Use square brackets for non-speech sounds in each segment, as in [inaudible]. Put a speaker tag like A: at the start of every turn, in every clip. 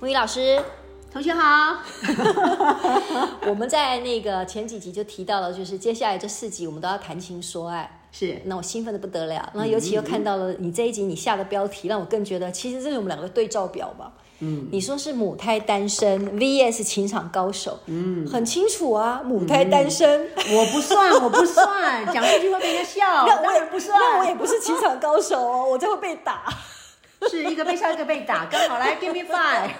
A: 木鱼老师，
B: 同学好，
A: 我们在那个前几集就提到了，就是接下来这四集我们都要谈情说爱。
B: 是
A: 那我兴奋的不得了，然后尤其又看到了你这一集你下的标题，让我更觉得其实这是我们两个对照表吧。嗯，你说是母胎单身 VS 情场高手，嗯，很清楚啊，母胎单身， [laughs]
B: 我不算，我不算，讲这句会被人家 [laughs]
A: 哦
B: 笑，
A: 那我
B: 当
A: 也
B: 然不
A: 那我也
B: 算，
A: 不是情场高手哦，我这会被打。 [laughs]
B: 是一个被笑一个被打，刚 [laughs] 好来 give me five，
A: 哎、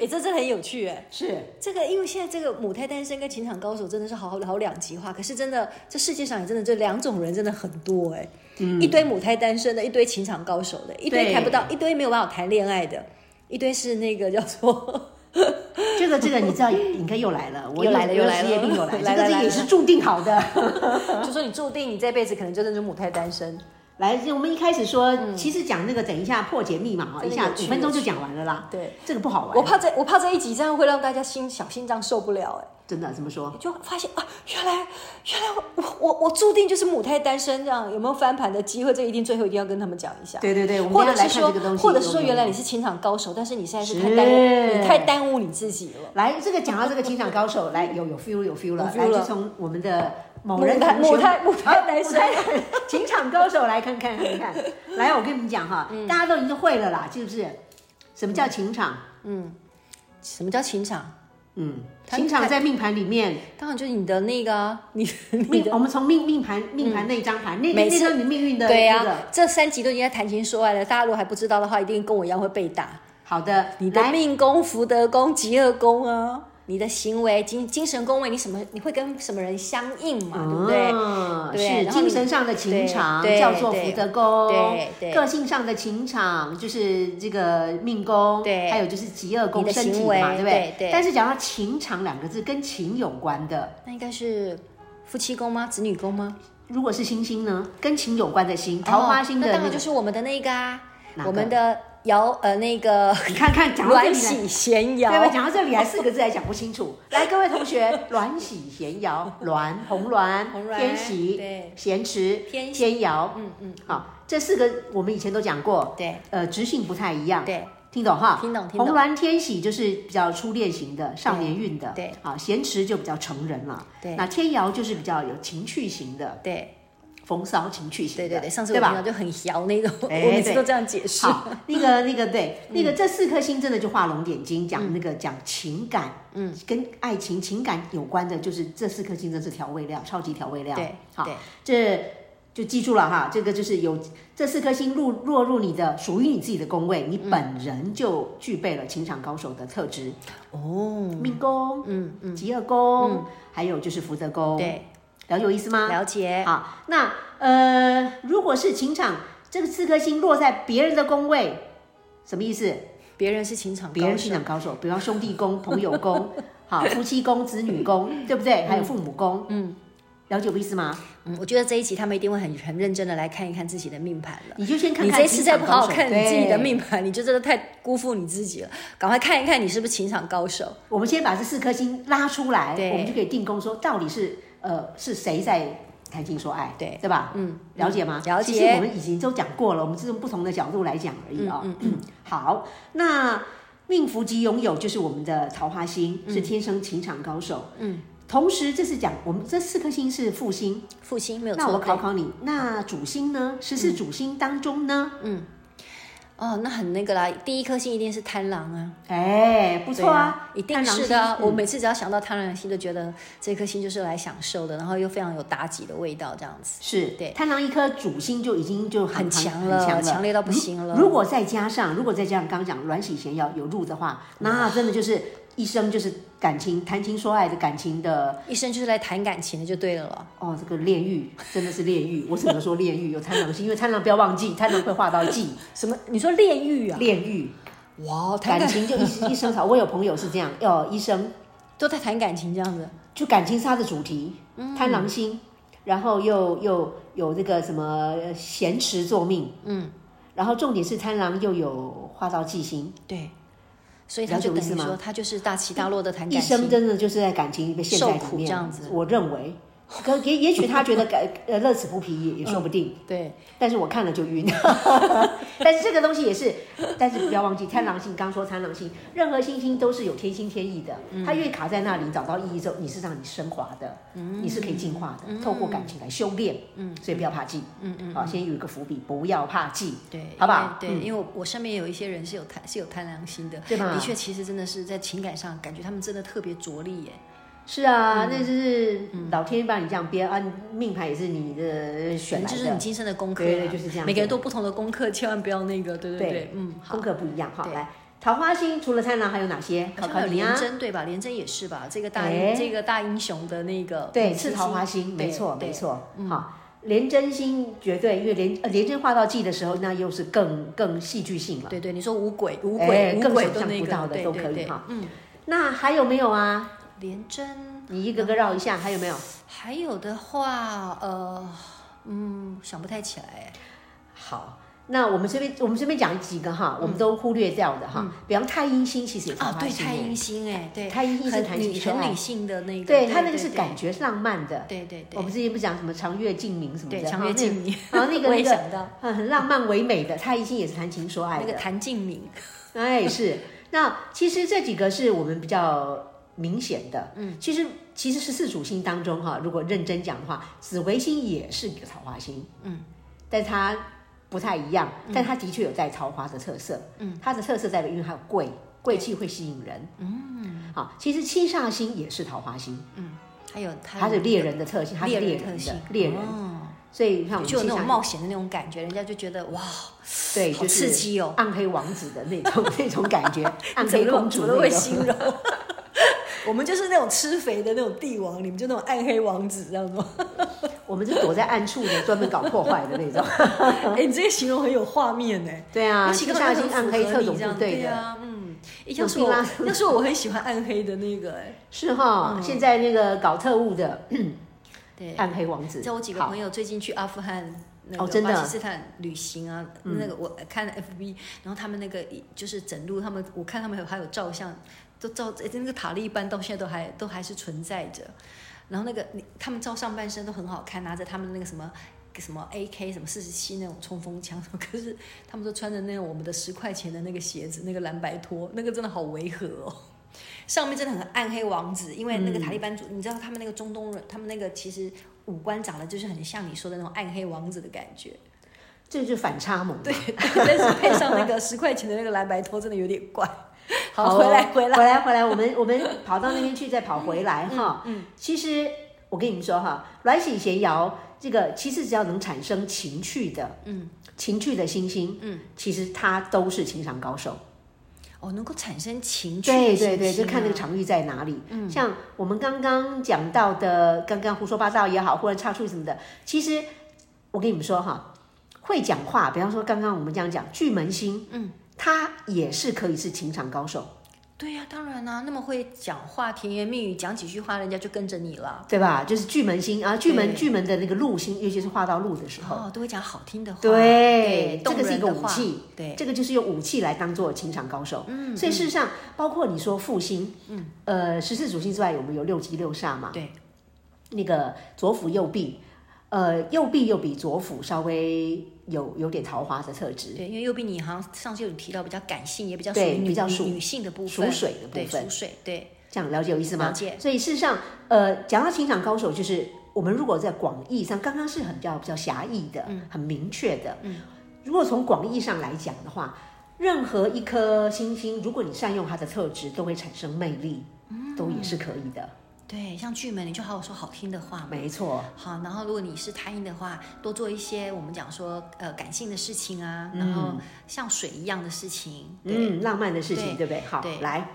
A: 这真的很有趣哎。
B: 是
A: 这个因为现在这个母胎单身跟情场高手真的是好好两极化，可是真的这世界上也真的这两种人真的很多哎、一堆母胎单身的，一堆情场高手的，一堆
B: 对
A: 谈不到，一堆没有办法谈恋爱的，一堆是那个叫做
B: 这个这个你 [laughs] 知道，尹哥又来了，我
A: 又来了又来了
B: 职业病又
A: 来
B: 来，这个
A: 来
B: 这
A: 来
B: 个也是注定好 [laughs] 的。
A: 就说你注定你这辈子可能就真是母胎单身，
B: 来，我们一开始说，其实讲那个等一下破解密码啊，
A: 真
B: 一
A: 的
B: 下
A: 有趣
B: 五分钟
A: 有
B: 就
A: 趣
B: 讲完了啦。
A: 对，
B: 这个不好玩，
A: 我怕这我怕这一集这样会让大家心小心脏受不了哎、
B: 真的怎么说？
A: 就发现啊，原来原来我我我注定就是母胎单身这样，有没有翻盘的机会？这一定最后一定要跟他们讲一下。
B: 对对对，我们
A: 或者
B: 等一下来
A: 是
B: 看
A: 说
B: 这个东，西
A: 或者
B: 有
A: 是说，
B: 没有
A: 原来你是情场高手，但是你现在是太
B: 是
A: 耽误，你太耽误你自己了。
B: 来，这个讲到这个情场高手，来有有 feel 有 feel 了，
A: 有 feel
B: 来
A: 了
B: 就从我们的某人
A: 母胎
B: 同
A: 母
B: 学
A: 胎母胎单身
B: 啊母胎情场高手来看看看看。来，我跟你们讲哈，
A: 嗯
B: 大家都已经会了啦，是不是？什么叫情场？
A: 什么叫情场？
B: 嗯，
A: 他
B: 情场在命盘里面，
A: 当然就是你的那个啊， [laughs] 你你
B: 命
A: 的嗯
B: 我们从命命盘命盘那一张牌，那那
A: 每
B: 那
A: 次
B: 张你命运的
A: 对
B: 那个
A: 呀。这三集都已经在谈情说爱了，大家如果还不知道的话，一定跟我一样会被打。
B: 好的，
A: 你的
B: 来
A: 命宫、福德宫、吉厄宫啊，你的行为、精精神宫位，你什么你会跟什么人相应嘛？对不对？
B: 嗯
A: 对然
B: 是
A: 后你
B: 精神上的情场
A: 对对
B: 叫做福德宫，
A: 对对
B: 个性上的情场就是这个命宫，
A: 对
B: 还有就是极恶宫
A: 你的
B: 身体
A: 行为
B: 嘛，对不
A: 对对
B: 但是讲到情场两个字，跟情有关的，
A: 那应该是夫妻宫吗？子女宫吗？
B: 如果是星星呢，跟情有关的星，桃花星的
A: 哦那
B: 那
A: 当
B: 个，
A: 然就是我们的那个啊，
B: 哪个
A: 我们的瑶呃那个
B: [laughs] 你看看讲到这
A: 阮
B: 里来。
A: 喜闲
B: 对吧？
A: 瑶，
B: 讲到这里还四个字还讲不清楚。来，各位同学，鸾喜闲瑶， [laughs] 鸾红鸾，
A: 红鸾
B: 天喜，
A: 对
B: 咸池，
A: 天喜
B: 天瑶，
A: 嗯嗯，
B: 好，这四个我们以前都讲过，
A: 对
B: 呃，直性不太一样，，
A: 对，
B: 听懂哈？
A: 听懂听懂
B: 红鸾天喜就是比较初恋型的少年运的，
A: 对，
B: 啊，咸池就比较成人了，
A: 对
B: 那天瑶就是比较有情趣型的，
A: 对
B: 风骚情趣型
A: 对
B: 的，
A: 对对，上次我
B: 对
A: 听
B: 吧
A: 到？就很摇那种，
B: 哎
A: 我每次
B: 对
A: 都这样解释。
B: 好，那
A: [laughs]
B: 个那个对，
A: 嗯
B: 那个这四颗星真的就画龙点睛，讲那个讲情感，嗯，跟爱情情感有关的，就是这四颗星真是调味料，超级调味料。
A: 对
B: 好
A: 对，
B: 这就记住了哈，这个就是有这四颗星入落入你的属于你自己的宫位，你
A: 嗯
B: 本人就具备了情场高手的特质，
A: 哦，
B: 命宫、
A: 嗯嗯，
B: 极恶宫，还有就是福德宫，
A: 对，
B: 了解我意思吗？
A: 了解。
B: 嗯好，那呃，如果是情场这个四颗星落在别人的宫位，什么意思？
A: 别人是情场
B: 别
A: 高
B: 人情
A: 手，
B: 场高手，比方兄弟宫、朋友宫， [laughs] 好，夫妻宫、子女宫，对不对？还有父母宫，嗯，了解我意思吗？
A: 嗯，我觉得这一集他们一定会很很认真的来看一看自己的命盘了。
B: 你就先看
A: 你
B: 看
A: 这一次
B: 情场
A: 再不好好
B: 高手
A: 看你自己的。命盘，你就真的太辜负你自己了。赶快看一看你是不是情场高手
B: 对。我们先把这四颗星拉出来，
A: 对
B: 我们就可以定宫，说到底是呃是谁在谈情说爱，
A: 对
B: 对吧？
A: 嗯，
B: 了解吗？
A: 了解
B: 其实我们已经都讲过了，我们是从不同的角度来讲而已啊、嗯好，那命福及拥有就是我们的桃花星，是天生情场高手。嗯。同时，这是讲我们这四颗星是复星。
A: 复兴没有错。
B: 那我
A: 对
B: 考考你，那主星呢？十四主星当中呢？
A: 哦，那很那个啦，第一颗星一定是贪狼啊。
B: 哎、不错啊，
A: 对一定是的啊。我每次只要想到贪婪星，就觉得这颗星就是来享受的，然后又非常有妲己的味道，这样子
B: 是
A: 对
B: 贪狼一颗主星就已经就
A: 很强
B: 很强
A: 了，
B: 了。
A: 强烈到不行了。
B: 如果再加上，如果再加上刚讲阮喜贤要有入的话，那真的就是一生就是感情谈情说爱的感情的
A: 一生就是来谈感情的，就对了咯。
B: 哦，这个炼狱真的是炼狱，我只能说炼狱有贪狼星，因为贪狼不要忘记，贪狼会画到忌
A: 什么？你说炼狱啊？
B: 炼狱。
A: 哇，谈
B: 感
A: 感
B: 情就一一生草。我有朋友是这样，呃，医生
A: 都在谈感情这样子，
B: 就感情是他的主题，
A: 嗯
B: 贪狼星，然后又又有这个什么呃咸池作命，嗯，然后重点是贪狼又有化道忌星，
A: 对，所以他
B: 了解
A: 就
B: 我
A: 等
B: 意思
A: 于
B: 吗
A: 说他就是大起大落的谈
B: 一
A: 感
B: 生
A: 情，
B: 真的就是在感情被陷在
A: 受
B: 里
A: 苦
B: 面，
A: 这样子
B: 我认为，可也也许他觉得感呃乐此不疲也也说不定。
A: 对，
B: 但是我看了就晕， [laughs] 但是这个东西也是，但是不要忘记贪狼星，刚说贪狼星，任何星星都是有天心天意的，
A: 嗯
B: 它越卡在那里找到意义之后，你是让你升华的，
A: 嗯
B: 你是可以进化的，透过感情来修炼，所以不要怕记，嗯嗯，好，先有一个伏笔，不要怕记，
A: 对，
B: 好不好？
A: 因为对，因为我我身边有一些人是有贪是有贪良心的，
B: 对吧
A: 的确，其实真的是在情感上，感觉他们真的特别着力耶。
B: 是
A: 嗯
B: 啊，那就是老天把你这样编啊，命牌也是你的
A: 可能
B: 选来
A: 就是你
B: 的，
A: 今生的功课啦，
B: 对对就是这样
A: 每个人都不同的功课，千万不要那个，对对
B: 对
A: 对，嗯，好
B: 功。课不一样，好，
A: 对
B: 来，桃花星除了贪狼还有哪些？考
A: 好
B: 考
A: 像有
B: 你啊
A: 廉。贞对吧？廉贞也是吧？这个大
B: 哎
A: 英这个大英雄的那个
B: 对，
A: 嗯
B: 是桃花星，
A: 对
B: 没错，
A: 对嗯
B: 没错，好。连真心绝对，因为连呃连真画到记的时候，那又是更更戏剧性了。
A: 对对，你说五鬼五
B: 哎
A: 鬼五
B: 更
A: 鬼
B: 想
A: 都
B: 象
A: 那
B: 不到
A: 个
B: 的
A: 对
B: 都
A: 对
B: 可以
A: 对
B: 哈
A: 嗯，
B: 那还有没有啊？
A: 廉贞
B: 你一个个绕一下，还有没有？
A: 还有的话，呃，嗯，想不太起来哎。
B: 好，那我们随便我们随便讲几个哈，我们都忽略掉的哈。比方太阴星其实也桃
A: 啊，
B: 花
A: 嗯对，
B: 星
A: 太阴
B: 哎，
A: 星哎，对，
B: 太阴星是
A: 很
B: 弹性
A: 女
B: 说
A: 很
B: 爱
A: 女，性的那个，
B: 对他那个是感，觉浪漫的。
A: 对对对，
B: 我们之前不讲什么长月烬明什么的，
A: 对
B: 哈
A: 长月烬明，
B: 那个然后那个
A: [laughs] 我也
B: 那个
A: 想到
B: 嗯很浪漫唯美的太阴星也是谈情说爱
A: 那
B: 的
A: 个。谭敬明，
B: 哎，是。那其实这几个是我们比较明显的。嗯，其实其实十四主星当中哈，如果认真讲的话，紫微星也是一个桃花星。嗯，但它不太一样，
A: 嗯
B: 但它的确有带桃花的特色。嗯，它的特色在于因为它有贵，贵气会吸引人。嗯，好，其实七煞星也是桃花星，
A: 还有他
B: 它是猎人的特性，它是猎
A: 猎
B: 人
A: 特
B: 的
A: 性，
B: 猎人。
A: 哦
B: 所以你看我们
A: 就有
B: 七
A: 那种
B: 煞
A: 冒险的那种感觉，人家就觉得哇，
B: 对，
A: 好
B: 就是
A: 刺激哦
B: 暗黑王子的那种 [laughs] 那种感
A: [laughs]
B: 觉，暗
A: 怎
B: 黑
A: 么
B: 公主
A: 我
B: 那
A: 都会
B: 种。
A: 形容。 [laughs] 我们就是那种吃肥的那种帝王，你们就那种暗黑王子，这样
B: [laughs]
A: 子吗。
B: 我们是躲在暗处的，专门搞破坏的
A: [laughs]
B: 那种。
A: 哎、你这个形容很有画面呢。
B: 对啊，
A: 其
B: 七
A: 实很
B: 煞星
A: 符合
B: 暗黑特
A: 你
B: 种
A: 这样
B: 部队
A: 对
B: 的，
A: 啊，嗯，哎
B: 有
A: 要是
B: 必
A: 我
B: 拉
A: 要是我很喜欢暗黑的那个哎，
B: 是哈。现在那个搞特务的
A: 对，
B: 暗黑王子，
A: 在我几个
B: 好
A: 朋友最近去阿富汗。那
B: 哦
A: 个
B: 真的嗯
A: 巴基斯坦旅行啊，那个我看 FB，然后他们那个就是整路，他们我看他们有还有照相，都照诶那个塔利班到现在都还都还是存在着，然后那个你他们照上半身都很好看，拿着他们那个什么什么 AK 什么四十七那种冲锋枪什么，可是他们都穿着那种我们的十块钱的那个鞋子，那个蓝白拖，那个真的好违和哦。上面真的很暗黑王子，因为那
B: 嗯
A: 个塔利班主，你知道他们那个中东人，他们那个其实五官长得就是很像你说的那种暗黑王子的感觉， [laughs]
B: 这就是反差萌。对，
A: 但是配上那个十块钱的那个蓝白拖，真的有点怪。 [laughs] 好，
B: 哦
A: 回来回来，
B: 回来回来，我们我们跑到那边去，再跑回来哈。嗯，其实我跟你们说哈，阮喜闲摇这个，其实只要能产生情趣的，嗯，情趣的星星，嗯，其实它都是情商高手。
A: 哦，能够产生情趣的信
B: 对
A: 息啊，
B: 对对，就看那个场域在哪里。
A: 嗯
B: 像我们刚刚讲到的，刚刚胡说八道也好，忽然插出什么的，其实我跟你们说哈，会讲话，比方说刚刚我们这样讲巨门星，嗯，他也是可以是情场高手，
A: 对呀、当然啦、啊那么会讲话，甜言蜜语，讲几句话，人家就跟着你了。
B: 对吧？就是巨门星啊，巨门
A: 对
B: 巨门的那个禄星，尤其是画到禄的时候，
A: 哦，都会讲好听的话，
B: 对这
A: 动
B: 个是一
A: 人
B: 个
A: 的
B: 武
A: 话，
B: 器，
A: 对，
B: 这个就是用武器来当做情场高手。嗯，所以事实上，包括你说复兴，嗯，呃，十四主星之外，我们有六吉六煞嘛，
A: 对，
B: 那个左辅右弼，呃，右弼又比左辅稍微有有点桃花的特质，
A: 对，因为右臂你好像上次有提到比较感性，也比较属
B: 对
A: 于女
B: 比较属
A: 女性的部
B: 属
A: 分，
B: 水的部
A: 对
B: 分
A: 属水，对
B: 这样了解有意思吗？
A: 了解
B: 所以事实上，呃，讲到情场高手，就是我们如果在广义上，刚刚是很比较比较狭义的，
A: 嗯
B: 很明确的。嗯，如果从广义上来讲的话，任何一颗星星，如果你善用它的特质，都会产生魅力，
A: 嗯
B: 都也是可以的。
A: 对，像巨门，你就好好说好听的话嘛。
B: 没错，
A: 好，然后如果你是太阴的话，多做一些我们讲说呃感性的事情啊，然后像水一样的事情，对，
B: 嗯，浪漫的事情，
A: 对
B: 对不对？好
A: 对，
B: 来，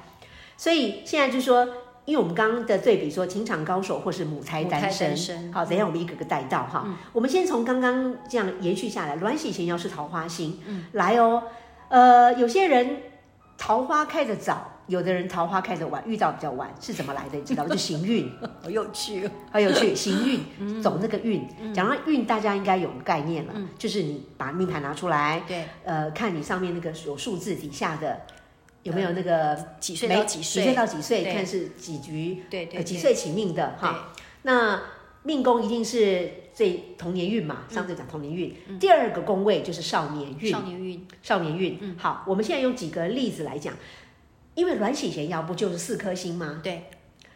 B: 所以现在就说，因为我们刚刚的对比说情场高手或是母胎单
A: 母胎
B: 身，
A: 单身嗯
B: 好，等一下我们一个个带到哈。我们先从刚刚
A: 嗯
B: 这样延续下来，卵喜闲瑶是桃花星，来哦，呃，有些人。桃花开得早，有的人桃花开得晚，遇到比较晚是怎么来的？你知道吗？就
A: [laughs]
B: 行运，
A: 好有趣哦。
B: 很嗯有趣，行
A: 嗯
B: 运，走那个运。讲到运，大家应该有概念了，就是你把命盘拿出来，
A: 对，
B: 呃，看你上面那个有数字底下的有没有那个
A: 呃几岁
B: 没
A: 到几岁
B: 几岁到几岁，
A: 对
B: 看是几局，
A: 对对
B: 呃
A: 对
B: 几岁起命的哈。那命宫一定是最童年运嘛，上次讲童年运。第二个宫位就是少年运，
A: 嗯少嗯年运，
B: 少年运。好，我们现在用几个例子来讲，因为阮喜贤要不就是四颗星吗？
A: 对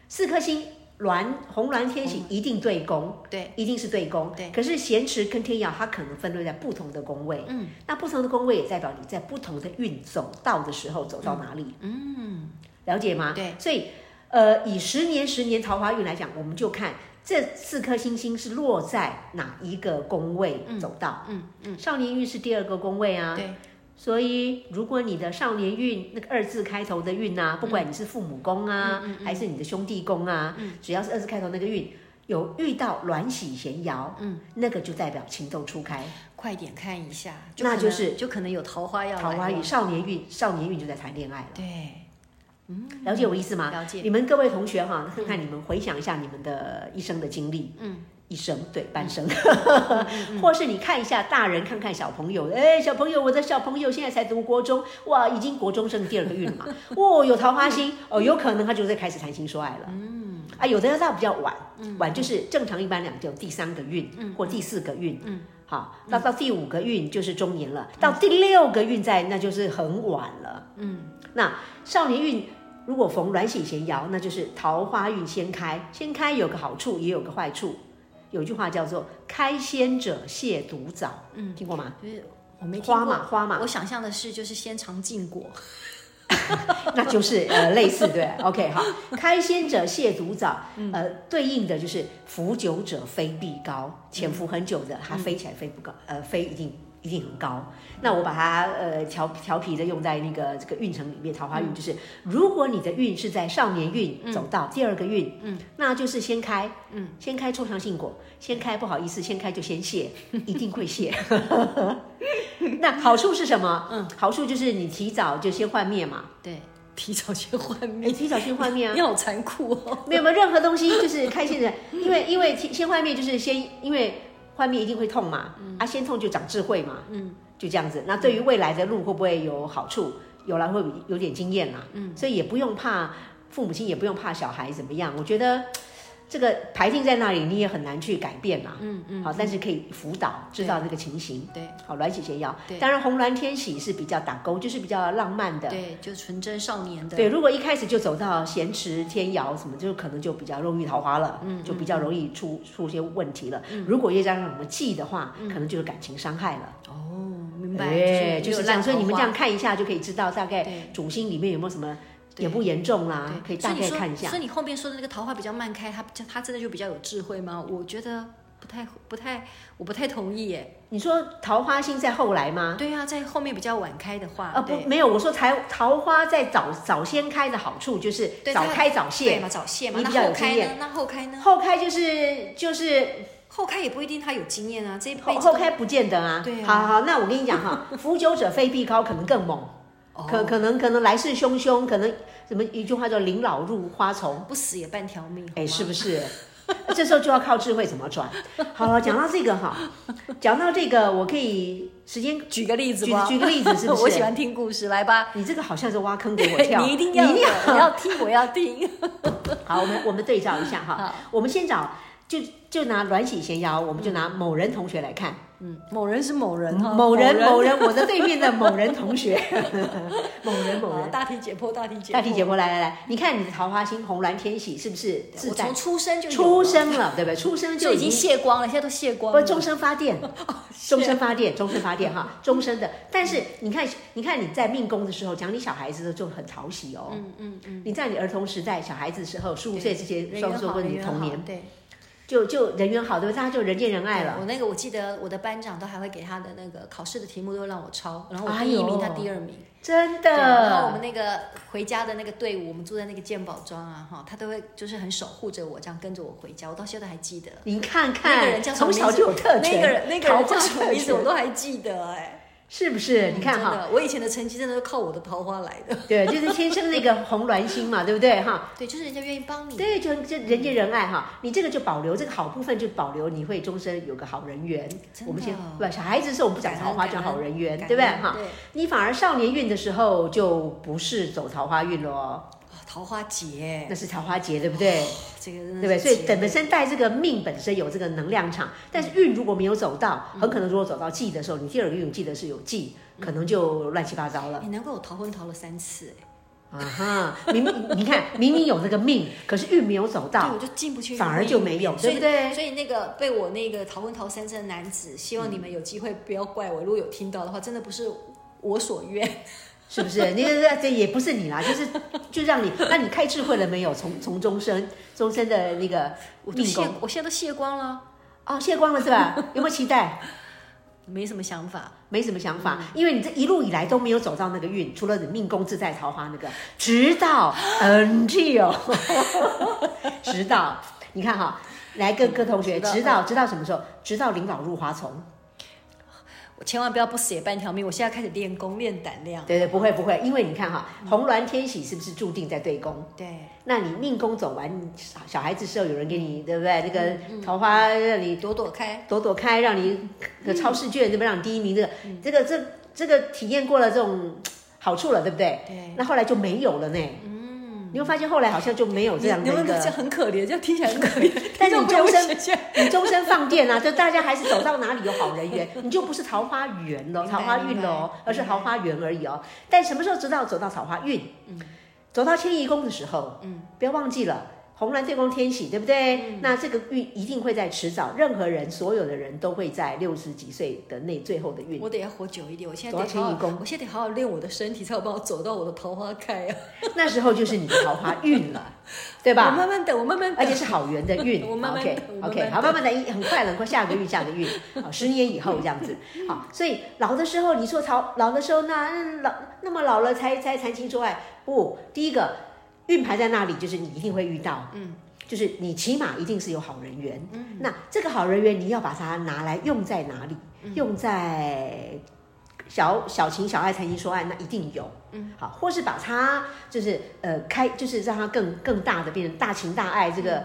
B: 四颗星，鸾红鸾天喜一定对宫，
A: 对，
B: 一定是对宫。
A: 对
B: 可是咸池跟天姚，它可能分落在不同的宫位。嗯，那不同的宫位也代表你在不同的运走到的时候走到哪里。嗯，了解吗？
A: 对
B: 所以呃，以十年十年桃花运来讲，我们就看。这四颗星星是落在哪一个宫位走到？
A: 嗯
B: 嗯，少年运是第二个宫位啊，
A: 对
B: 所以，如果你的少年运那个二字开头的运啊，不管你是父母宫啊，
A: 嗯
B: 还是你的兄弟宫啊，只要是二字开头那个运，有遇到鸾喜闲爻，嗯，那个就代表情窦初开，
A: 快点看一下，
B: 那
A: 可
B: 就
A: 能
B: 是
A: 就可能有桃花要来
B: 桃花运、
A: 了
B: 少年运、少年运就在谈恋爱了。
A: 对，嗯
B: 了解我意思吗？
A: 了解
B: 你们各位同学哈，看看你们回想一下你们的一生的经历，嗯，一生对半生， [laughs] 或是你看一下大人，看看小朋友，哎，小朋友，我的小朋友现在才读国中，哇，已经国中生第二个运 [laughs] 了嘛，哦，有桃花心，哦，有可能他就在开始谈情说爱了，嗯，啊，有的要到比较晚，晚就是正常一般两就第三个运或第四个运，嗯。好，到到第五个运就是中年了，到第六个运在那就是很晚了。嗯，那少年运如果逢鸾喜闲爻，那就是桃花运先开。先开有个好处，也有个坏处。有句话叫做“开先者亵渎早”，嗯，听过吗？
A: 就是我没听
B: 花
A: 过
B: 嘛花嘛
A: 我想象的是就是先尝禁果，
B: [laughs] 那就是呃类似对，OK 好，开先者亵渎早，呃对应的就是伏久者飞必高，潜伏很久的它飞起来飞不高，呃飞一定一定很高。那我把它呃调调皮的用在那个这个运程里面，桃花运就是，如果你的运是在少年运走到第二个运，嗯，那就是先开，嗯，先开抽象性果，先开不好意思，先开就先 [laughs] 谢，一定会谢。 [laughs] 那好处是什么？嗯，好处就是你提早就先幻灭嘛， [laughs]
A: 对，提早先换
B: 你
A: 面，
B: 提早先换面
A: [laughs]
B: 啊
A: 你。好残酷哦，
B: [laughs] 没有没有任何东西就是开 [laughs] 心的，因为因为先换面就是先因为换面一定会痛嘛，啊先痛就长智慧嘛，嗯，就这样子。那对于未来的路会不会有好处？有了会有点经验啦，嗯，所以也不用怕父母亲，也不用怕小孩怎么样。我觉得这个排定在那里，你也很难去改变啦，嗯嗯，好，但是可以辅导，知道那个情形。
A: 嗯对
B: 好，鸾喜邪药
A: 对，
B: 当然红鸾天喜是比较打勾，就是比较浪漫的，
A: 对，就纯真少年的，
B: 对，如果一开始就走到咸池天姚什么，就可能就比较容易桃花了，
A: 嗯
B: 就比较容易出出些问题了。如果又加上我们忌的话，可能就是感情伤害了。
A: 哦，嗯明白，
B: 哎就
A: 没有
B: 是这样，
A: 烂
B: 所以你们
A: 桃
B: 这
A: 花
B: 样看一下就可以知道大概
A: 对
B: 主星里面有没有什么
A: 对
B: 严不严重啦，啊可以
A: 所
B: 大
A: 以你
B: 概
A: 说
B: 看一下
A: 所以。你后面说的那个桃花比较慢开，他他真的就比较有智慧吗？我觉得不太不太，我不太同意耶。
B: 你说桃花星在后来吗？
A: 对啊，在后面比较晚开的话，
B: 啊不，
A: 对
B: 没有，我说才桃花在早早先开的好处就是
A: 对
B: 早
A: 它
B: 开早
A: 对
B: 谢
A: 嘛，，早泄嘛。
B: 你
A: 那
B: 比较有
A: 后开
B: 经验
A: 呢？那后开呢？
B: 后开就是就是
A: 后开也不一定他有经验啊，这一辈
B: 后
A: 子
B: 后
A: 都
B: 开不见得啊。
A: 对啊
B: 好好好，那我跟你
A: [laughs]
B: 讲哈，扶久者非必高，可能更猛，
A: 哦
B: 可可能可能来势汹汹，可能什么一句话叫临老入花丛，
A: 不死也半条命，
B: 哎，是不
A: 是？ [laughs]
B: 是？这时候就要靠智慧怎么转。好了，讲到这个哈，讲到这个，我可以时间
A: 举个例子
B: 举
A: 吧，
B: 举个例子
A: [laughs]
B: 是不是？
A: 我喜欢听故事，来吧。
B: 你这个好像是挖坑给我
A: [laughs]
B: 跳，
A: 你一定要的，
B: 你一定要
A: 我要听，我要听。
B: [laughs] 好，我们我们对照一下哈
A: 好，
B: 我们先找就就拿阮喜闲爻，我们就拿某人同学来看。
A: 某人是啊某人哈，
B: 嗯某人某人，我的对面的某人
A: [laughs]
B: 同学，某人某
A: 好
B: 人，
A: 大体解剖，大体解剖，
B: 大体解剖，来来来，你看你的桃花星红鸾天喜是不是自
A: 我
B: 带
A: 从出生就有
B: 出
A: 了
B: 生了，对不对？出生
A: 就
B: 就
A: 已经卸光了，现在都卸光
B: 不
A: 了。哦
B: 终身发电， [laughs] 终身发电，终身发
A: [laughs]
B: 电哈，终身的。但是你看，你看你在命宫的时候讲你小孩子的时候就很讨喜哦，嗯嗯嗯，你在你儿童时代小孩子的时候，十五岁之前，
A: 人
B: 说
A: 缘
B: 说
A: 好，
B: 过
A: 人
B: 你
A: 缘
B: 童
A: 好
B: 年，
A: 对，
B: 就就人缘好，对不对？大家就人见人爱了
A: 我。那个我记得我的班长都还会给他的那个考试的题目都让我抄，然后我
B: 哎
A: 第
B: 呦
A: 一名，他第二名。
B: 真
A: 对，然后我
B: 的
A: 们，那个回家的那个队伍，我们住在那个鉴宝庄啊，哈，他都会就是很守护着我，这样跟着我回家，我到现在都还记得。
B: 您看看，
A: 那个人叫什么
B: 从
A: 名字
B: 小就有特
A: 那
B: 权，
A: 个人那个人
B: 桃
A: 叫
B: 花
A: 什么
B: 特
A: 名字我
B: 权
A: 都还记得哎、
B: 是不是？你看
A: 真
B: 哈，
A: 的，我以前的成绩真的是靠我的桃花来
B: [laughs]
A: 的。
B: 对，就是天生那个红鸾星嘛，对不对哈？
A: 对，就是人家愿意帮你。
B: 对，就就人见人爱哈，你这个就保留这个好部分，就保留你会终身有个好人缘。
A: 真的
B: 我们先不，小孩子的时候我们不讲桃花，
A: 感恩
B: 讲好人缘，
A: 感恩
B: 对不对哈？
A: 对，
B: 你反而少年运的时候就不是走桃花运喽，
A: 哇桃花劫
B: 那，是桃花劫，对不对？
A: 这个真的
B: 对不对？
A: 嗯是
B: 所以
A: 劫
B: 等本身带这个命本身有这个能量场，但是运如果没有走到，
A: 嗯
B: 很可能如果走到忌的时候，你第二个运记得是有忌，可能就乱七八糟了
A: 哎，难怪我逃婚逃了三次，嗯
B: 啊哈！明 [laughs] 明你看，明明有那个命，可是运没有走
A: 哎，对，
B: 到
A: 我，就进不去，
B: 反而就没有，
A: 所
B: 对
A: 以
B: 不对？
A: 所以那个被我那个逃婚逃三次的男子，希望你们有机会不要怪我，如果有听到的话，真的不是我所愿。[laughs]
B: 是不是？你这这也不是你啦，就是就让你，那你开智慧了没有？从从终身终身的那个
A: 我
B: 命
A: 卸
B: 宫，
A: 我现在都卸光了，
B: 哦，卸光了是吧？有没有期待？
A: 没什么想法。
B: 没什么想法，因为你这一路以来都没有走到那个运，除了你命宫自在桃花那 [laughs] 个，直到 [laughs] until，直到你看哈，来各各同学，
A: 直到
B: 嗯直到直到什么时候？直到领导入花丛。
A: 我千万不要不死也半条命！我现在开始练功练胆量。
B: 对对，不会不会，因为你看哈，红鸾天喜是不是注定在对宫？
A: 对，
B: 那你命宫走完，小小孩子时候有人给你，对不对？那个桃花让你
A: 躲躲开，
B: 躲躲开，让你个超市卷，对不对？让你第一名，这个这个这这个体验过了这种好处了，对不对？
A: 对，
B: 那后来就没有了呢。你会发现后来好像就没有这样
A: 嗯你
B: 的
A: 你
B: 一
A: 们这样
B: 个，。
A: 很可怜，这样听起来很可 [laughs] 怜
B: 但是你终身
A: 听众朋友们想想
B: 你终身放电啊，就大家还是走到哪里有好人缘， [laughs] 你就不是桃花缘了，
A: 明白
B: 桃花运了哦
A: 明白，
B: 而是桃花缘而已哦。但什么时候知道走到桃花运？
A: 嗯
B: 走到迁移宫的时候，嗯，不要忘记了。红鸾对宫天喜，对不对？
A: 嗯
B: 那这个运一定会在迟早，任何人、所有的人都会在六十几岁的那最后的运。
A: 我得要活久一点，我现在得
B: 走到迁移
A: 好好
B: 宫，
A: 我现在得好好练我的身体，才有办法走到我的桃花开啊！
B: 那时候就是你的桃花运了，对吧？
A: [laughs] 我慢慢等，我慢慢
B: 而
A: 等。
B: 且是好缘的
A: [laughs]
B: 运。
A: 我慢慢
B: OK
A: 我慢慢
B: OK，好，慢慢来，很快了，很快下个运，下个运，好，十年以后这样子。好，所以老的时候，你说曹老的时候，那嗯老那么老了才才谈情说爱，不，第一个运牌在那里，就是你一定会遇到，嗯。就是你起码一定是有好人缘，嗯，那这个好人缘你要把它拿来用在哪里？
A: 嗯
B: 用在小小情小爱、谈情说爱，那一定有，嗯，好，或是把它就是呃开，就是让它更更大的变成大情大爱，这个、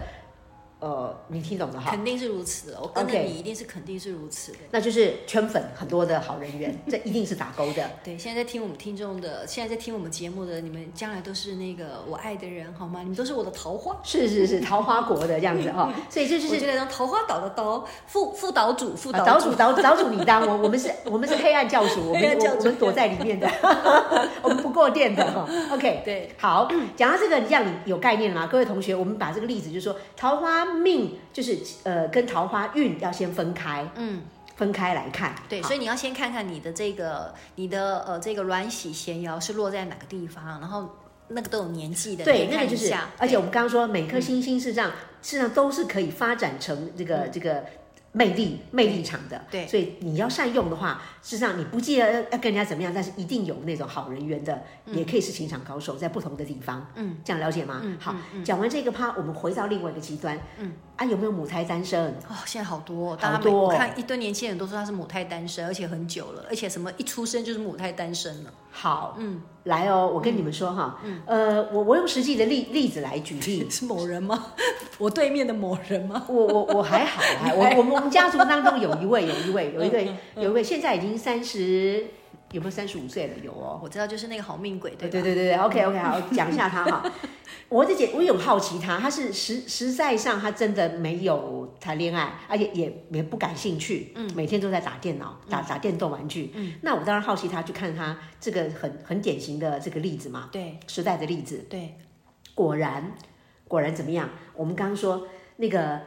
B: 呃，你听懂的哈，
A: 嗯肯定是如此的，我跟着
B: OK
A: 你一定是肯定是如此的。
B: 那就是圈粉很多的好人
A: [laughs]
B: 缘，这一定是打勾的。
A: 对，现在在听我们听众的，现在在听我们节目的，你们将来都是那个我爱的人，好吗？你们都是我的桃花，
B: 是
A: [laughs]
B: 是是，桃花国的这样子哈、所以这就
A: 我就是来当桃花岛的岛副副岛主，副
B: 啊
A: 岛
B: 岛
A: 主
B: 主岛岛主你当我，我们是我们是黑暗教主，我们
A: 黑暗教
B: 我
A: 主
B: 我们躲在里面的， [laughs] 我们不过电的哈。OK，
A: 对，
B: 好，
A: 嗯
B: 讲到这个，这样你有概念了吗？各位同学，我们把这个例子就是说，桃花命就是呃跟桃花运要先分开，
A: 嗯，
B: 分开来看。啊
A: 对，所以你要先看看你的这个你的呃这个卵喜闲爻是落在哪个地方，然后那个都有年纪的，
B: 对
A: 你，可以
B: 那个
A: 看
B: 就
A: 一
B: 是
A: 下，嗯
B: 而且我们刚刚说每颗星星事实上、事实上都是可以发展成这个、这个魅力魅力场的。
A: 嗯对
B: 所以你要善用的话，事实上你不记得呃要跟人家怎么样，但是一定有那种好人缘的，
A: 嗯
B: 也可以是情场高手，在不同的地方。嗯，这样了解吗？好，
A: 嗯
B: 讲完这个趴，我们回到另外一个极端。嗯，啊，有没有母胎单身？
A: 哦，现在好多、哦，大家
B: 好多哦
A: 每我看一堆年轻人都说他是母胎单身，而且很久了，而且什么一出生就是母胎单身了。
B: 好，
A: 嗯，
B: 来哦，我跟你们说哈，呃，我我用实际的例例子来举
A: [laughs]
B: 例，
A: 是某人吗？我对面的某人吗？
B: 我我我还好啦，我我们我们家族当中有一位，有一位，有一位，有一位，现在已经三十，有没有三十五岁了？有哦。
A: 我知道，就是那个好命鬼，对
B: 对
A: 吧？
B: 对对对对，OK OK，好，讲一下他哈。我的姐，我有好奇他，他是实实在上他真的没有谈恋爱，而且也也不感兴趣，嗯，每天都在打电脑，打打电动玩具，嗯，那我当然好奇他，就看他这个很很典型的这个例子嘛，
A: 对
B: 时代的例子，
A: 对
B: 果然果然怎么样？我们刚刚说那个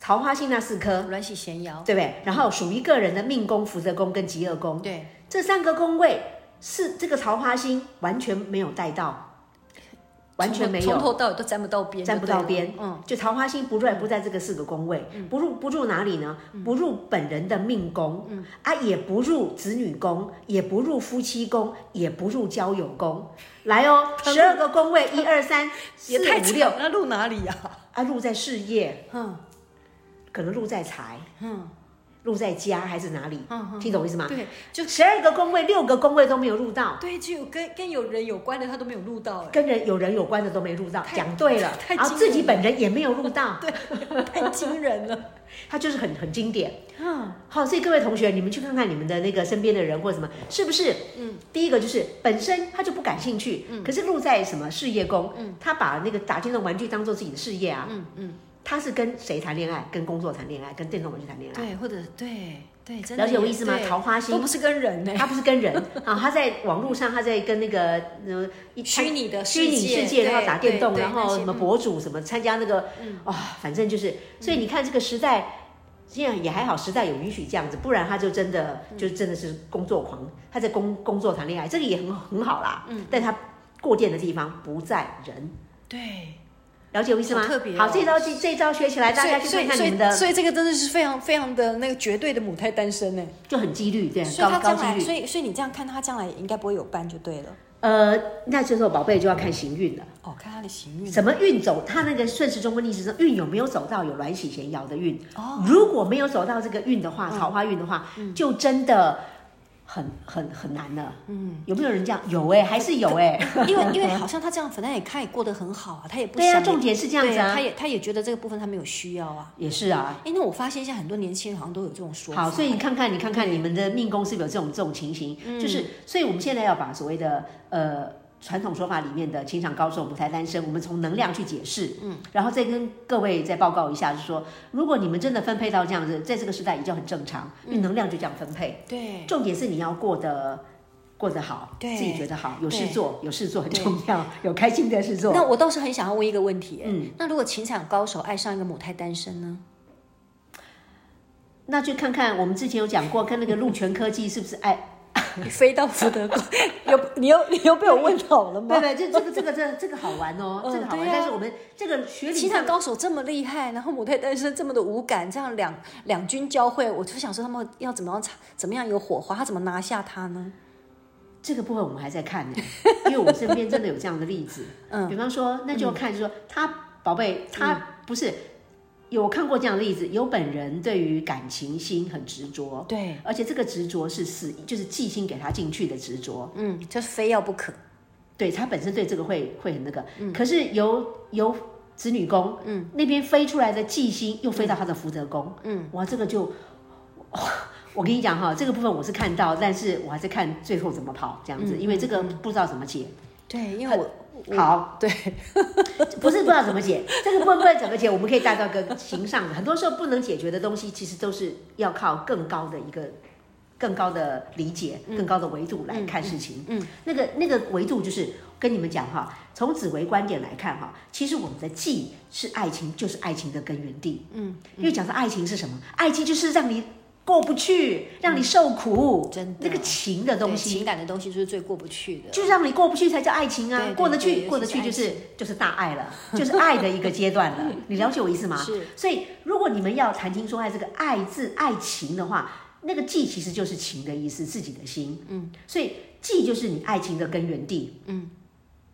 B: 桃花星那四颗，
A: 对，软喜闲摇，
B: 对不对？然后属于个人的命宫、福德宫跟极恶宫
A: 对，
B: 这三个宫位，是这个桃花星完全没有带到，完全没
A: 从
B: 有
A: 头到尾都沾不到边，
B: 沾不到边
A: 就对了嗯，嗯
B: 就桃花星不在不在这个四个宫位，不入不入哪里呢？不入本人的命宫，
A: 嗯
B: 啊，也不入子女宫，也不入夫妻宫，也不入交友宫。来哦，
A: [laughs]
B: 十二个宫位，一二三四
A: 也太
B: 五六啊
A: 惨，了，入哪里呀、
B: 啊，入在事业，
A: 嗯
B: 可能入在财，
A: 嗯，
B: 录在家还是哪里？
A: 嗯
B: 听懂我意思吗？
A: 对，就
B: 十二个宫位，六个宫位都没有录到，
A: 对，就有跟跟有人有关的，他都没有录到，哎，
B: 跟人有人有关的都没录到，讲对了，
A: 太
B: 然后
A: 惊
B: 自己
A: 人
B: 本人也没有录到，
A: 哎
B: [laughs]
A: 太惊人了。
B: 它就是很很经典。
A: 嗯，
B: 好，所以各位同学，你们去看看你们的那个身边的人或者什么，是不是？嗯，第一个就是本身他就不感兴趣，
A: 嗯
B: 可是落在什么事业宫，他把那个打电动玩具当做自己的事业啊，嗯嗯，他是跟谁谈恋爱？跟工作谈恋爱，跟电动玩具谈恋爱，
A: 对，或者对对，真的
B: 了解我
A: 耶
B: 意思吗
A: 对？
B: 桃花
A: 都
B: 心
A: 不。是跟人呢，
B: 他不是跟人啊，他在网络上，他在跟那个呃一
A: 虚拟的
B: 虚拟世界，
A: 界，
B: 然后
A: 对
B: 打电动，
A: 对对
B: 然后
A: 那些
B: 什么
A: 嗯
B: 博主什么参加那个，啊、反正就是，所以
A: 嗯
B: 你看这个时代，现在也还好，时代有允许这样子，不然他就真的
A: 嗯
B: 就真的是工作狂，他在工工作谈恋爱，这个也很很好啦，嗯，但他过电的地方不在人，
A: 对，
B: 了解我意思吗？
A: 好特别哦
B: 好，这招这这招学起来，大家去
A: 所
B: 看
A: 以
B: 看
A: 所
B: 你
A: 以
B: 们
A: 所以
B: 的，
A: 所以这个真的是非常非常的那个绝对的母胎单身呢。
B: 就很几率，对，
A: 所以
B: 高
A: 他
B: 高
A: 将
B: 几
A: 来，
B: 率
A: 所。以所以你这样看他将来应该不会有伴就对了。
B: 呃，那这时候宝贝就要看行运了。
A: 哦，看他的行运。
B: 什么运走？他那个顺时钟跟逆时钟运有没有走到有鸾喜闲爻的运？
A: 哦嗯
B: 如果没有走到这个运的话，桃花运的话，就真的很很很难了。嗯，有没有人这样？有哎、还是有哎、
A: 因为因为好像他这样，反正也他也过得很好啊，他也不
B: 对啊
A: 想
B: 重点是这样子啊
A: 对他也他也觉得这个部分他没有需要啊。
B: 也是啊。
A: 哎，那我发现现在很多年轻人好像都有这种说法。
B: 好，所以你看看，你看看你们的命宫是不是有这种这种情形？
A: 嗯
B: 就是，所以我们现在要把所谓的呃传统说法里面的情场高手、母胎单身，我们从能量去解释，嗯，然后再跟各位再报告一下，就是说，如果你们真的分配到这样子，在这个时代也就很正常，
A: 嗯
B: 因为能量就这样分配。
A: 对
B: 重点是你要过得过得好，
A: 对
B: 自己觉得好，有事
A: 对
B: 做，有事做很
A: 对
B: 重要，有开心的事做。
A: 那我倒是很想要问一个问题，
B: 嗯
A: 嗯，那如果情场高手爱上一个母胎单身呢？
B: 那就看看我们之前有讲过，跟那个鹿泉科技是不是爱
A: 你飞到福德宫，有你又你又被我问倒了 [laughs]
B: 对
A: 吗？
B: 对，这这个这个这个这个好玩哦，
A: 嗯
B: 这个好玩。
A: 哦对啊
B: 但是我们这个学理
A: 情场
B: 上，
A: 高手这么厉害，然后母胎单身这么的无感，这样两两军交汇，我就想说他们要怎么样怎么样有火花，他怎么拿下他呢？
B: 这个部分我们还在看呢，因为我身边真的有这样的例子。嗯，比方说，那就看就是说他宝贝，他不是有看过这样的例子，有本人对于感情心很执着，
A: 对，
B: 而且这个执着是死，就是寄心给他进去的执着。
A: 嗯，就是非要不可。
B: 对他本身对这个会会很那个，可是由由子女宫，嗯，那边飞出来的忌星又飞到他的福德宫，嗯，哇，这个就， [laughs] 哇我跟你讲哈，这个部分我是看到，但是我还在看最后怎么跑这样子，因为这个不知道怎么解。
A: 对，因为我
B: 好，
A: 对，
B: 不是不知道怎么解，这个部分不知道怎么解，我们可以带到个形上的，很多时候不能解决的东西，其实都是要靠更高的一个。更高的理解、更高的维度来看事情。嗯，那个那个维度就是跟你们讲哈，从紫微观点来看哈，其实我们的忌是爱情，就是爱情的根源地。嗯，因为讲到爱情是什么？爱情就是让你过不去，让你受苦，
A: 真的
B: 那个情嗯的东
A: 对
B: 西，
A: 情感的东西就是最过不去的。
B: 就让你过不去才叫爱情啊
A: 对，对
B: 过得
A: 对
B: 去
A: 尤其
B: 过得
A: 是爱
B: 去就是就是大爱了， [laughs] 就是爱的一个阶
A: [laughs]
B: 段了。你了解我意思吗？
A: 是。
B: 所以如果你们要谈情说爱这个爱字爱情的话，那个忌其实就是情的意思，自己的心。嗯。所以忌就是你爱情的根源地。嗯。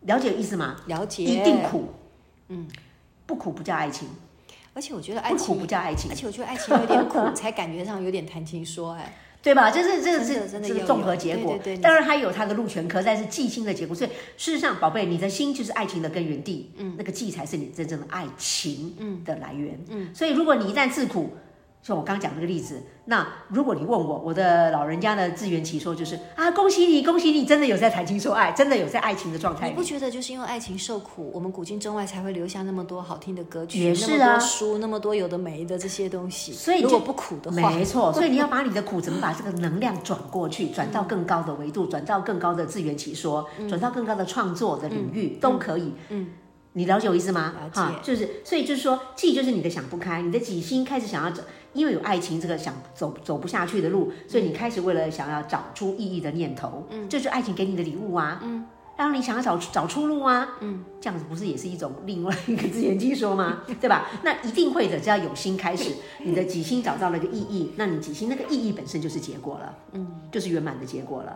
B: 了解意思吗？
A: 了解，
B: 一定。苦。嗯。不苦不叫爱情，
A: 而且我觉得爱
B: 不苦
A: 情
B: 不叫爱情
A: 而，且我觉得爱情有点苦， [laughs] 才感觉上有点谈情说爱。
B: 对吧？这是这个
A: 真的
B: 是
A: 真的要
B: 这是
A: 有
B: 综合结果
A: 对对对。你
B: 当然它有它的路权科，但是忌星的结果。所以事实上，宝贝，你的心就是爱情的根源地，嗯，那个忌才是你真正的爱情的来源，嗯。所以如果你一旦自苦，像我刚刚讲这个例子，那如果你问我，我的老人家的自圆其说就是啊，恭喜你，恭喜你，真的有在谈情说爱，真的有在爱情的状态
A: 哦你
B: 里
A: 不。觉得就是因为爱情受苦，我们古今中外才会留下那么多好听的歌曲，
B: 也是啊
A: 那么多书，那么多有的没的这些东西？
B: 所以就
A: 如果不 [laughs] 苦的话，
B: 没错，所以你要把你的苦怎么把这个能量转过去，转到更高的维度，转到更高的自圆其说，
A: 嗯
B: 转到更高的创作的领域都可以。嗯，你了解我意思吗
A: 了？解
B: 哈，就是所以就是说，气就是你的想不开，你的己心开始想要走，因为有爱情这个想走走不下去的路，所以你开始为了想要找出意义的念头，嗯，这就是爱情给你的礼物啊，嗯。让你想要找找出路啊，嗯，这样子不是也是一种另外一个自圆其说 [laughs] 吗？对吧？那一定会的，只要有心开始，你的己心找到了一个意义，那你己心那个意义本身就是结果了，嗯，就是圆满的结果了。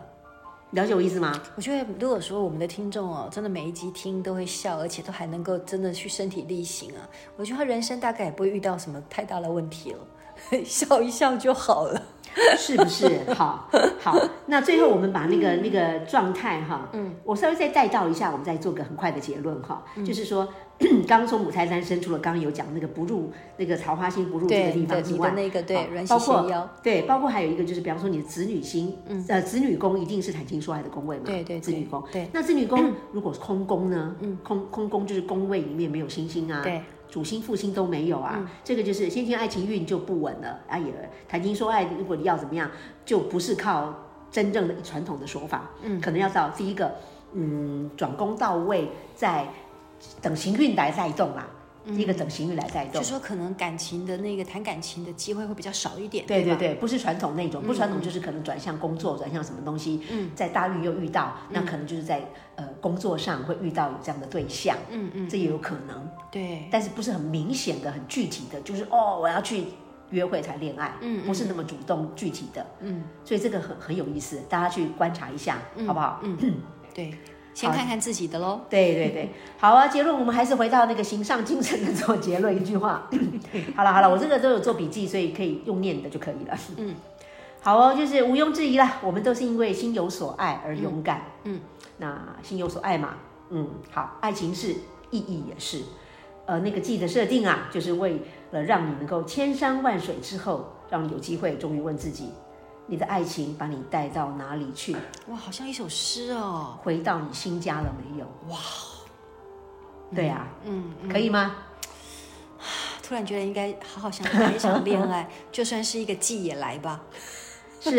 B: 了解我意思吗？
A: [laughs] 我觉得如果说我们的听众哦，真的每一集听都会笑，而且都还能够真的去身体力行啊，我觉得他人生大概也不会遇到什么太大的问题了。 [laughs] 笑一笑就好了。
B: [laughs] 是不是？好，好，那最后我们把那个、
A: 嗯
B: 那个状态哈，嗯，我稍微再带到一下，我们再做个很快的结论哈，
A: 嗯
B: 就是说， [clears throat] 刚刚说母胎单身，除了刚刚有讲那个不入那个桃花心不入这
A: 对，
B: 个地
A: 你的
B: 方之
A: 你的
B: 外，
A: 那个
B: 好
A: 对软
B: 包
A: 性
B: 括
A: 纤腰，
B: 对，包括还有一个就是，比方说你的子女星，呃，子女宫一定是谈情说爱的宫位嘛，
A: 嗯对对对
B: 子女宫，
A: 对，
B: 那子
A: [clears throat]
B: 女宫如果是空宫呢，嗯，空空宫就是宫位里面没有星星啊，
A: 对，
B: 主星副星都没有啊，这个就是先天爱情运就不稳了啊，也谈情说爱，如果你要怎么样，就不是靠真正的传统的说法，嗯，可能要到第一个，嗯，转工到位，再等行运来带动啊，第一个等行运来带动
A: 就，说可能感情的那个谈感情的机会会比较少一点，
B: 对对
A: 吧，
B: 对，不是传统那种，不是传统就是可能转向工作，转向什么东西，嗯，在大运又遇到，那可能就是在呃工作上会遇到有这样的对象，嗯嗯，这也有可能，
A: 对，
B: 但是不是很明显的、很具体的，就是哦，我要去约会才恋爱，嗯，不是那么主动具体的，嗯，所以这个很很有意思，大家去观察一下，好不好？嗯，
A: 对，先看看自己的喽。
B: 对对对，好啊，结论我们还是回到那个形上精神的做结论一句话。好了好了，我这个都有做笔记，所以可以用念的就可以了。嗯，好哦，就是毋庸置疑啦，我们都是因为心有所爱而勇敢。嗯，那心有所爱嘛，嗯，好，爱情是，意义也是。呃，那个记的设定啊，就是为了让你能够千山万水之后，让你有机会终于问自己，你的爱情把你带到哪里去？
A: 哇，好像一首诗哦。
B: 回到你新家了没有？哇，对啊，嗯，可以吗？
A: 突然觉得应该好好想谈一场恋
B: [laughs]
A: 爱，就算是一个季也来吧。
B: 是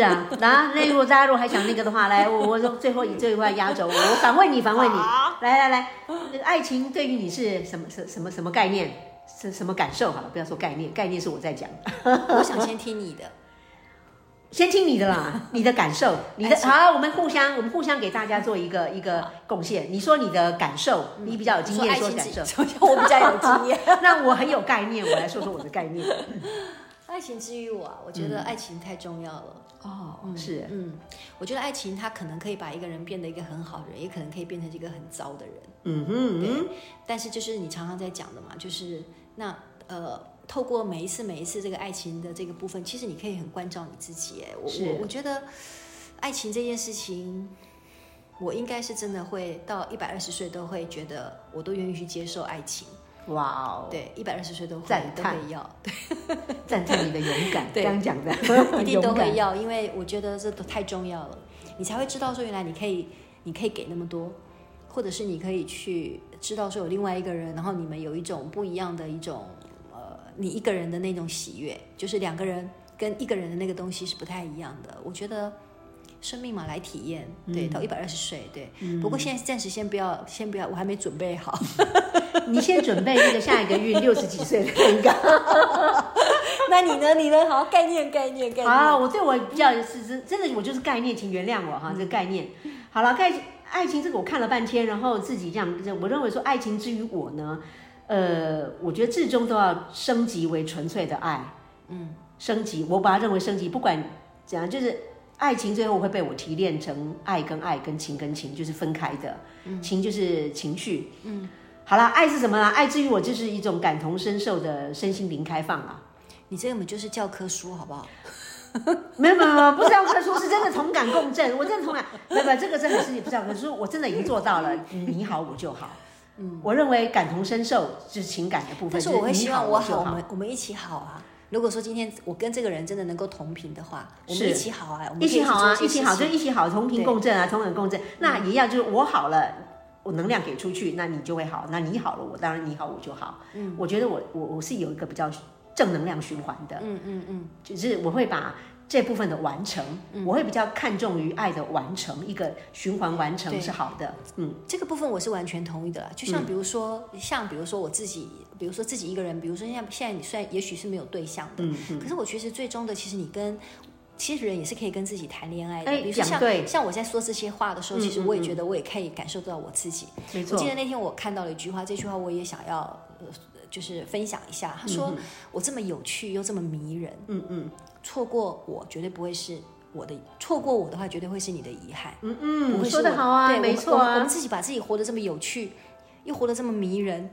A: [laughs]
B: 啊，那那如果大家如果还想那个的话，来，我我说最后一最后一块压轴，我我反问你，反问你，来来来，那个爱情对于你是什么什什么什么概念？是什么感受？好了，不要说概念，概念是我在讲，
A: 我想先听你的，
B: 先听你的
A: [laughs]
B: 啦，你的感受，你的
A: 爱情
B: 好，我们互相，我们互相给大家做一个一个贡献。你说你的感受，你比较有经验，
A: 嗯说
B: 说
A: 爱
B: 感
A: 情
B: 受
A: 几，，说 [laughs] 我比较有经
B: [laughs]
A: 验。
B: 那我很有概念，我来说说我的概念。
A: [laughs] 爱情治愈我啊，我觉得爱情太重要了。
B: 嗯哦，是，
A: 嗯，我觉得爱情它可能可以把一个人变得一个很好的人，也可能可以变成一个很糟的人。
B: 嗯哼，
A: 对，但是就是你常常在讲的嘛，就是那呃，透过每一次每一次这个爱情的这个部分，其实你可以很关照你自己耶。我
B: 是
A: 我我觉得爱情这件事情，我应该是真的会到一百二十岁都会觉得我都愿意去接受爱情。
B: 哇哦，
A: 对，一百二十岁都会
B: 赞
A: 都
B: 叹
A: 会要，
B: [laughs] 赞叹你的勇敢，
A: 对 [laughs]
B: 刚讲的，
A: 一定都
B: [laughs] 勇敢
A: 会。要，因为我觉得这都太重要了，你才会知道说原来你可以，你可以给那么多，或者是你可以去知道说有另外一个人，然后你们有一种不一样的一种呃，你一个人的那种喜悦，就是两个人跟一个人的那个东西是不太一样的。我觉得生命嘛，来体验，对，
B: 嗯
A: 到一百二十岁，对。不过现在暂时先不要，先不要，我还没准备好。 [laughs]
B: 你先准备那个下一个运六十几岁的那个。
A: 那你呢？你呢？好，概念，概念，概念。
B: 啊，我对我比较是是真的，我就是概念，请原谅我哈，这个概念。好了，概爱情这个我看了半天，然后自己这样，我认为说爱情之于我呢，呃，我觉得至终都要升级为纯粹的爱。嗯，升级，我把它认为升级，不管怎样，就是爱情最后会被我提炼成爱跟爱跟情跟情就是分开的，情就是情绪。嗯，好啦，爱是什么啦？爱之于我就是一种感同身受的身心灵开放啊。
A: 你这根本就是教科书，好不好？
B: [laughs] 没有没有没有，不是教科书，是真的同感共
A: [laughs]
B: 振。我真的同感，没有没有，这个真的是不是教科书，我真的已经做到了，你好我就好。嗯，我认为感同身受就是情感的部分，
A: 但是我会
B: 就是
A: 希
B: 你好
A: 望我
B: 我就
A: 好，我
B: 好
A: 们，我们一起好啊。如果说今天我跟这个人真的能够同频的话，我们
B: 是
A: 一起好啊，我们
B: 一起好啊，
A: 可以去做
B: 一起
A: 些
B: 好
A: 事
B: 就
A: 情
B: 一起好，同频
A: 对嗯
B: 共振啊，同感共振。那一样就是我好了，我能量给出去，那你就会好，那你好了，我当然你好我就好。嗯，我觉得我我我是有一个比较正能量循环的，
A: 嗯嗯嗯，
B: 就是我会把这部分的完成，我会比较看重于爱的完成，一个循环完成
A: 对
B: 是好的，嗯。
A: 这个部分我是完全同意的啦。就像比如说，像比如说我自己，比如说自己一个人，比如说像现在你虽然也许是没有对象的，
B: 嗯
A: 可是我其实最终的，其实你跟其实人也是可以跟自己谈恋爱的。
B: 哎
A: 比如说
B: 讲对
A: 像像我在说这些话的时候，
B: 嗯
A: 其实
B: 嗯
A: 我也
B: 嗯
A: 觉得我也可以感受到我自己。
B: 没
A: 我
B: 错
A: 记，得那天我看到了一句话，这句话我也想要呃，就是分享一下。他说：“我这么有趣又这么迷人，
B: 嗯嗯
A: 错过我绝对不会是我的，错过我的话绝对会是你的遗憾。
B: 嗯
A: 不
B: 嗯，
A: 会是
B: 说的
A: 我
B: 好啊，
A: 对
B: 没错
A: 我们我们
B: 啊，
A: 自己把自己活得这么有趣，又活得这么迷人，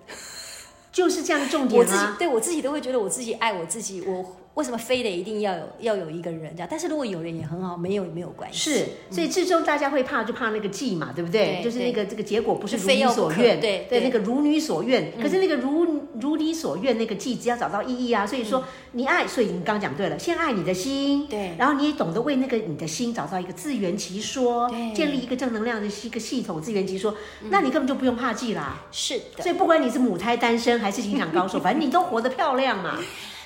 B: 就是这样重
A: 我
B: 点
A: 自己
B: 啊。
A: 对我自己都会觉得我自己爱我自己，我为什么非得一定要有要有一个人这样？但是如果有人也很好，没有也没有关系。
B: 是，所以至终大家会怕，就怕那个忌嘛，对不对？
A: 对
B: 就是那个这个结果不是
A: 就
B: 如
A: 非
B: 你
A: 要
B: 所
A: 不可
B: 愿，
A: 对对
B: 对，
A: 嗯
B: 那个如你所愿。可是那个如如你所愿那个忌，只要找到意义啊。所以说，你爱，所以你刚刚讲对了，先爱你的心，
A: 嗯对
B: 然后你也懂得为那个你的心找到一个自圆其说，
A: 对嗯
B: 建立一个正能量的一个系统，自圆其说，那你根本就不用怕忌啦。
A: 是的，
B: 所以不管你是母胎单身还是情场
A: [laughs]
B: 高手，反正你都活得漂亮嘛。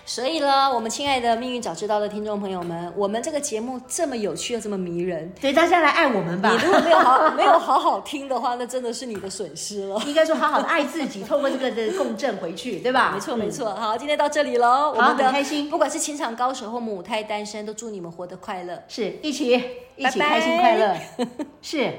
A: 所以呢，我们亲爱的命运早知道的听众朋友们，我们这个节目这么有趣又这么迷 [laughs] 人，
B: 所以大家来爱我们吧
A: 你。如果没有好没有好好听的话，那真的是你的损失了。
B: 应该说好好的爱自
A: [laughs]
B: 己，透过这个的共振回去，对吧？
A: 没错，没错。好，今天到这里喽。我们的
B: 很开心
A: 不管是情场高手或母胎单身，都祝你们活得快乐。
B: 是一起一起
A: 拜拜 [laughs]
B: 开心快乐，是。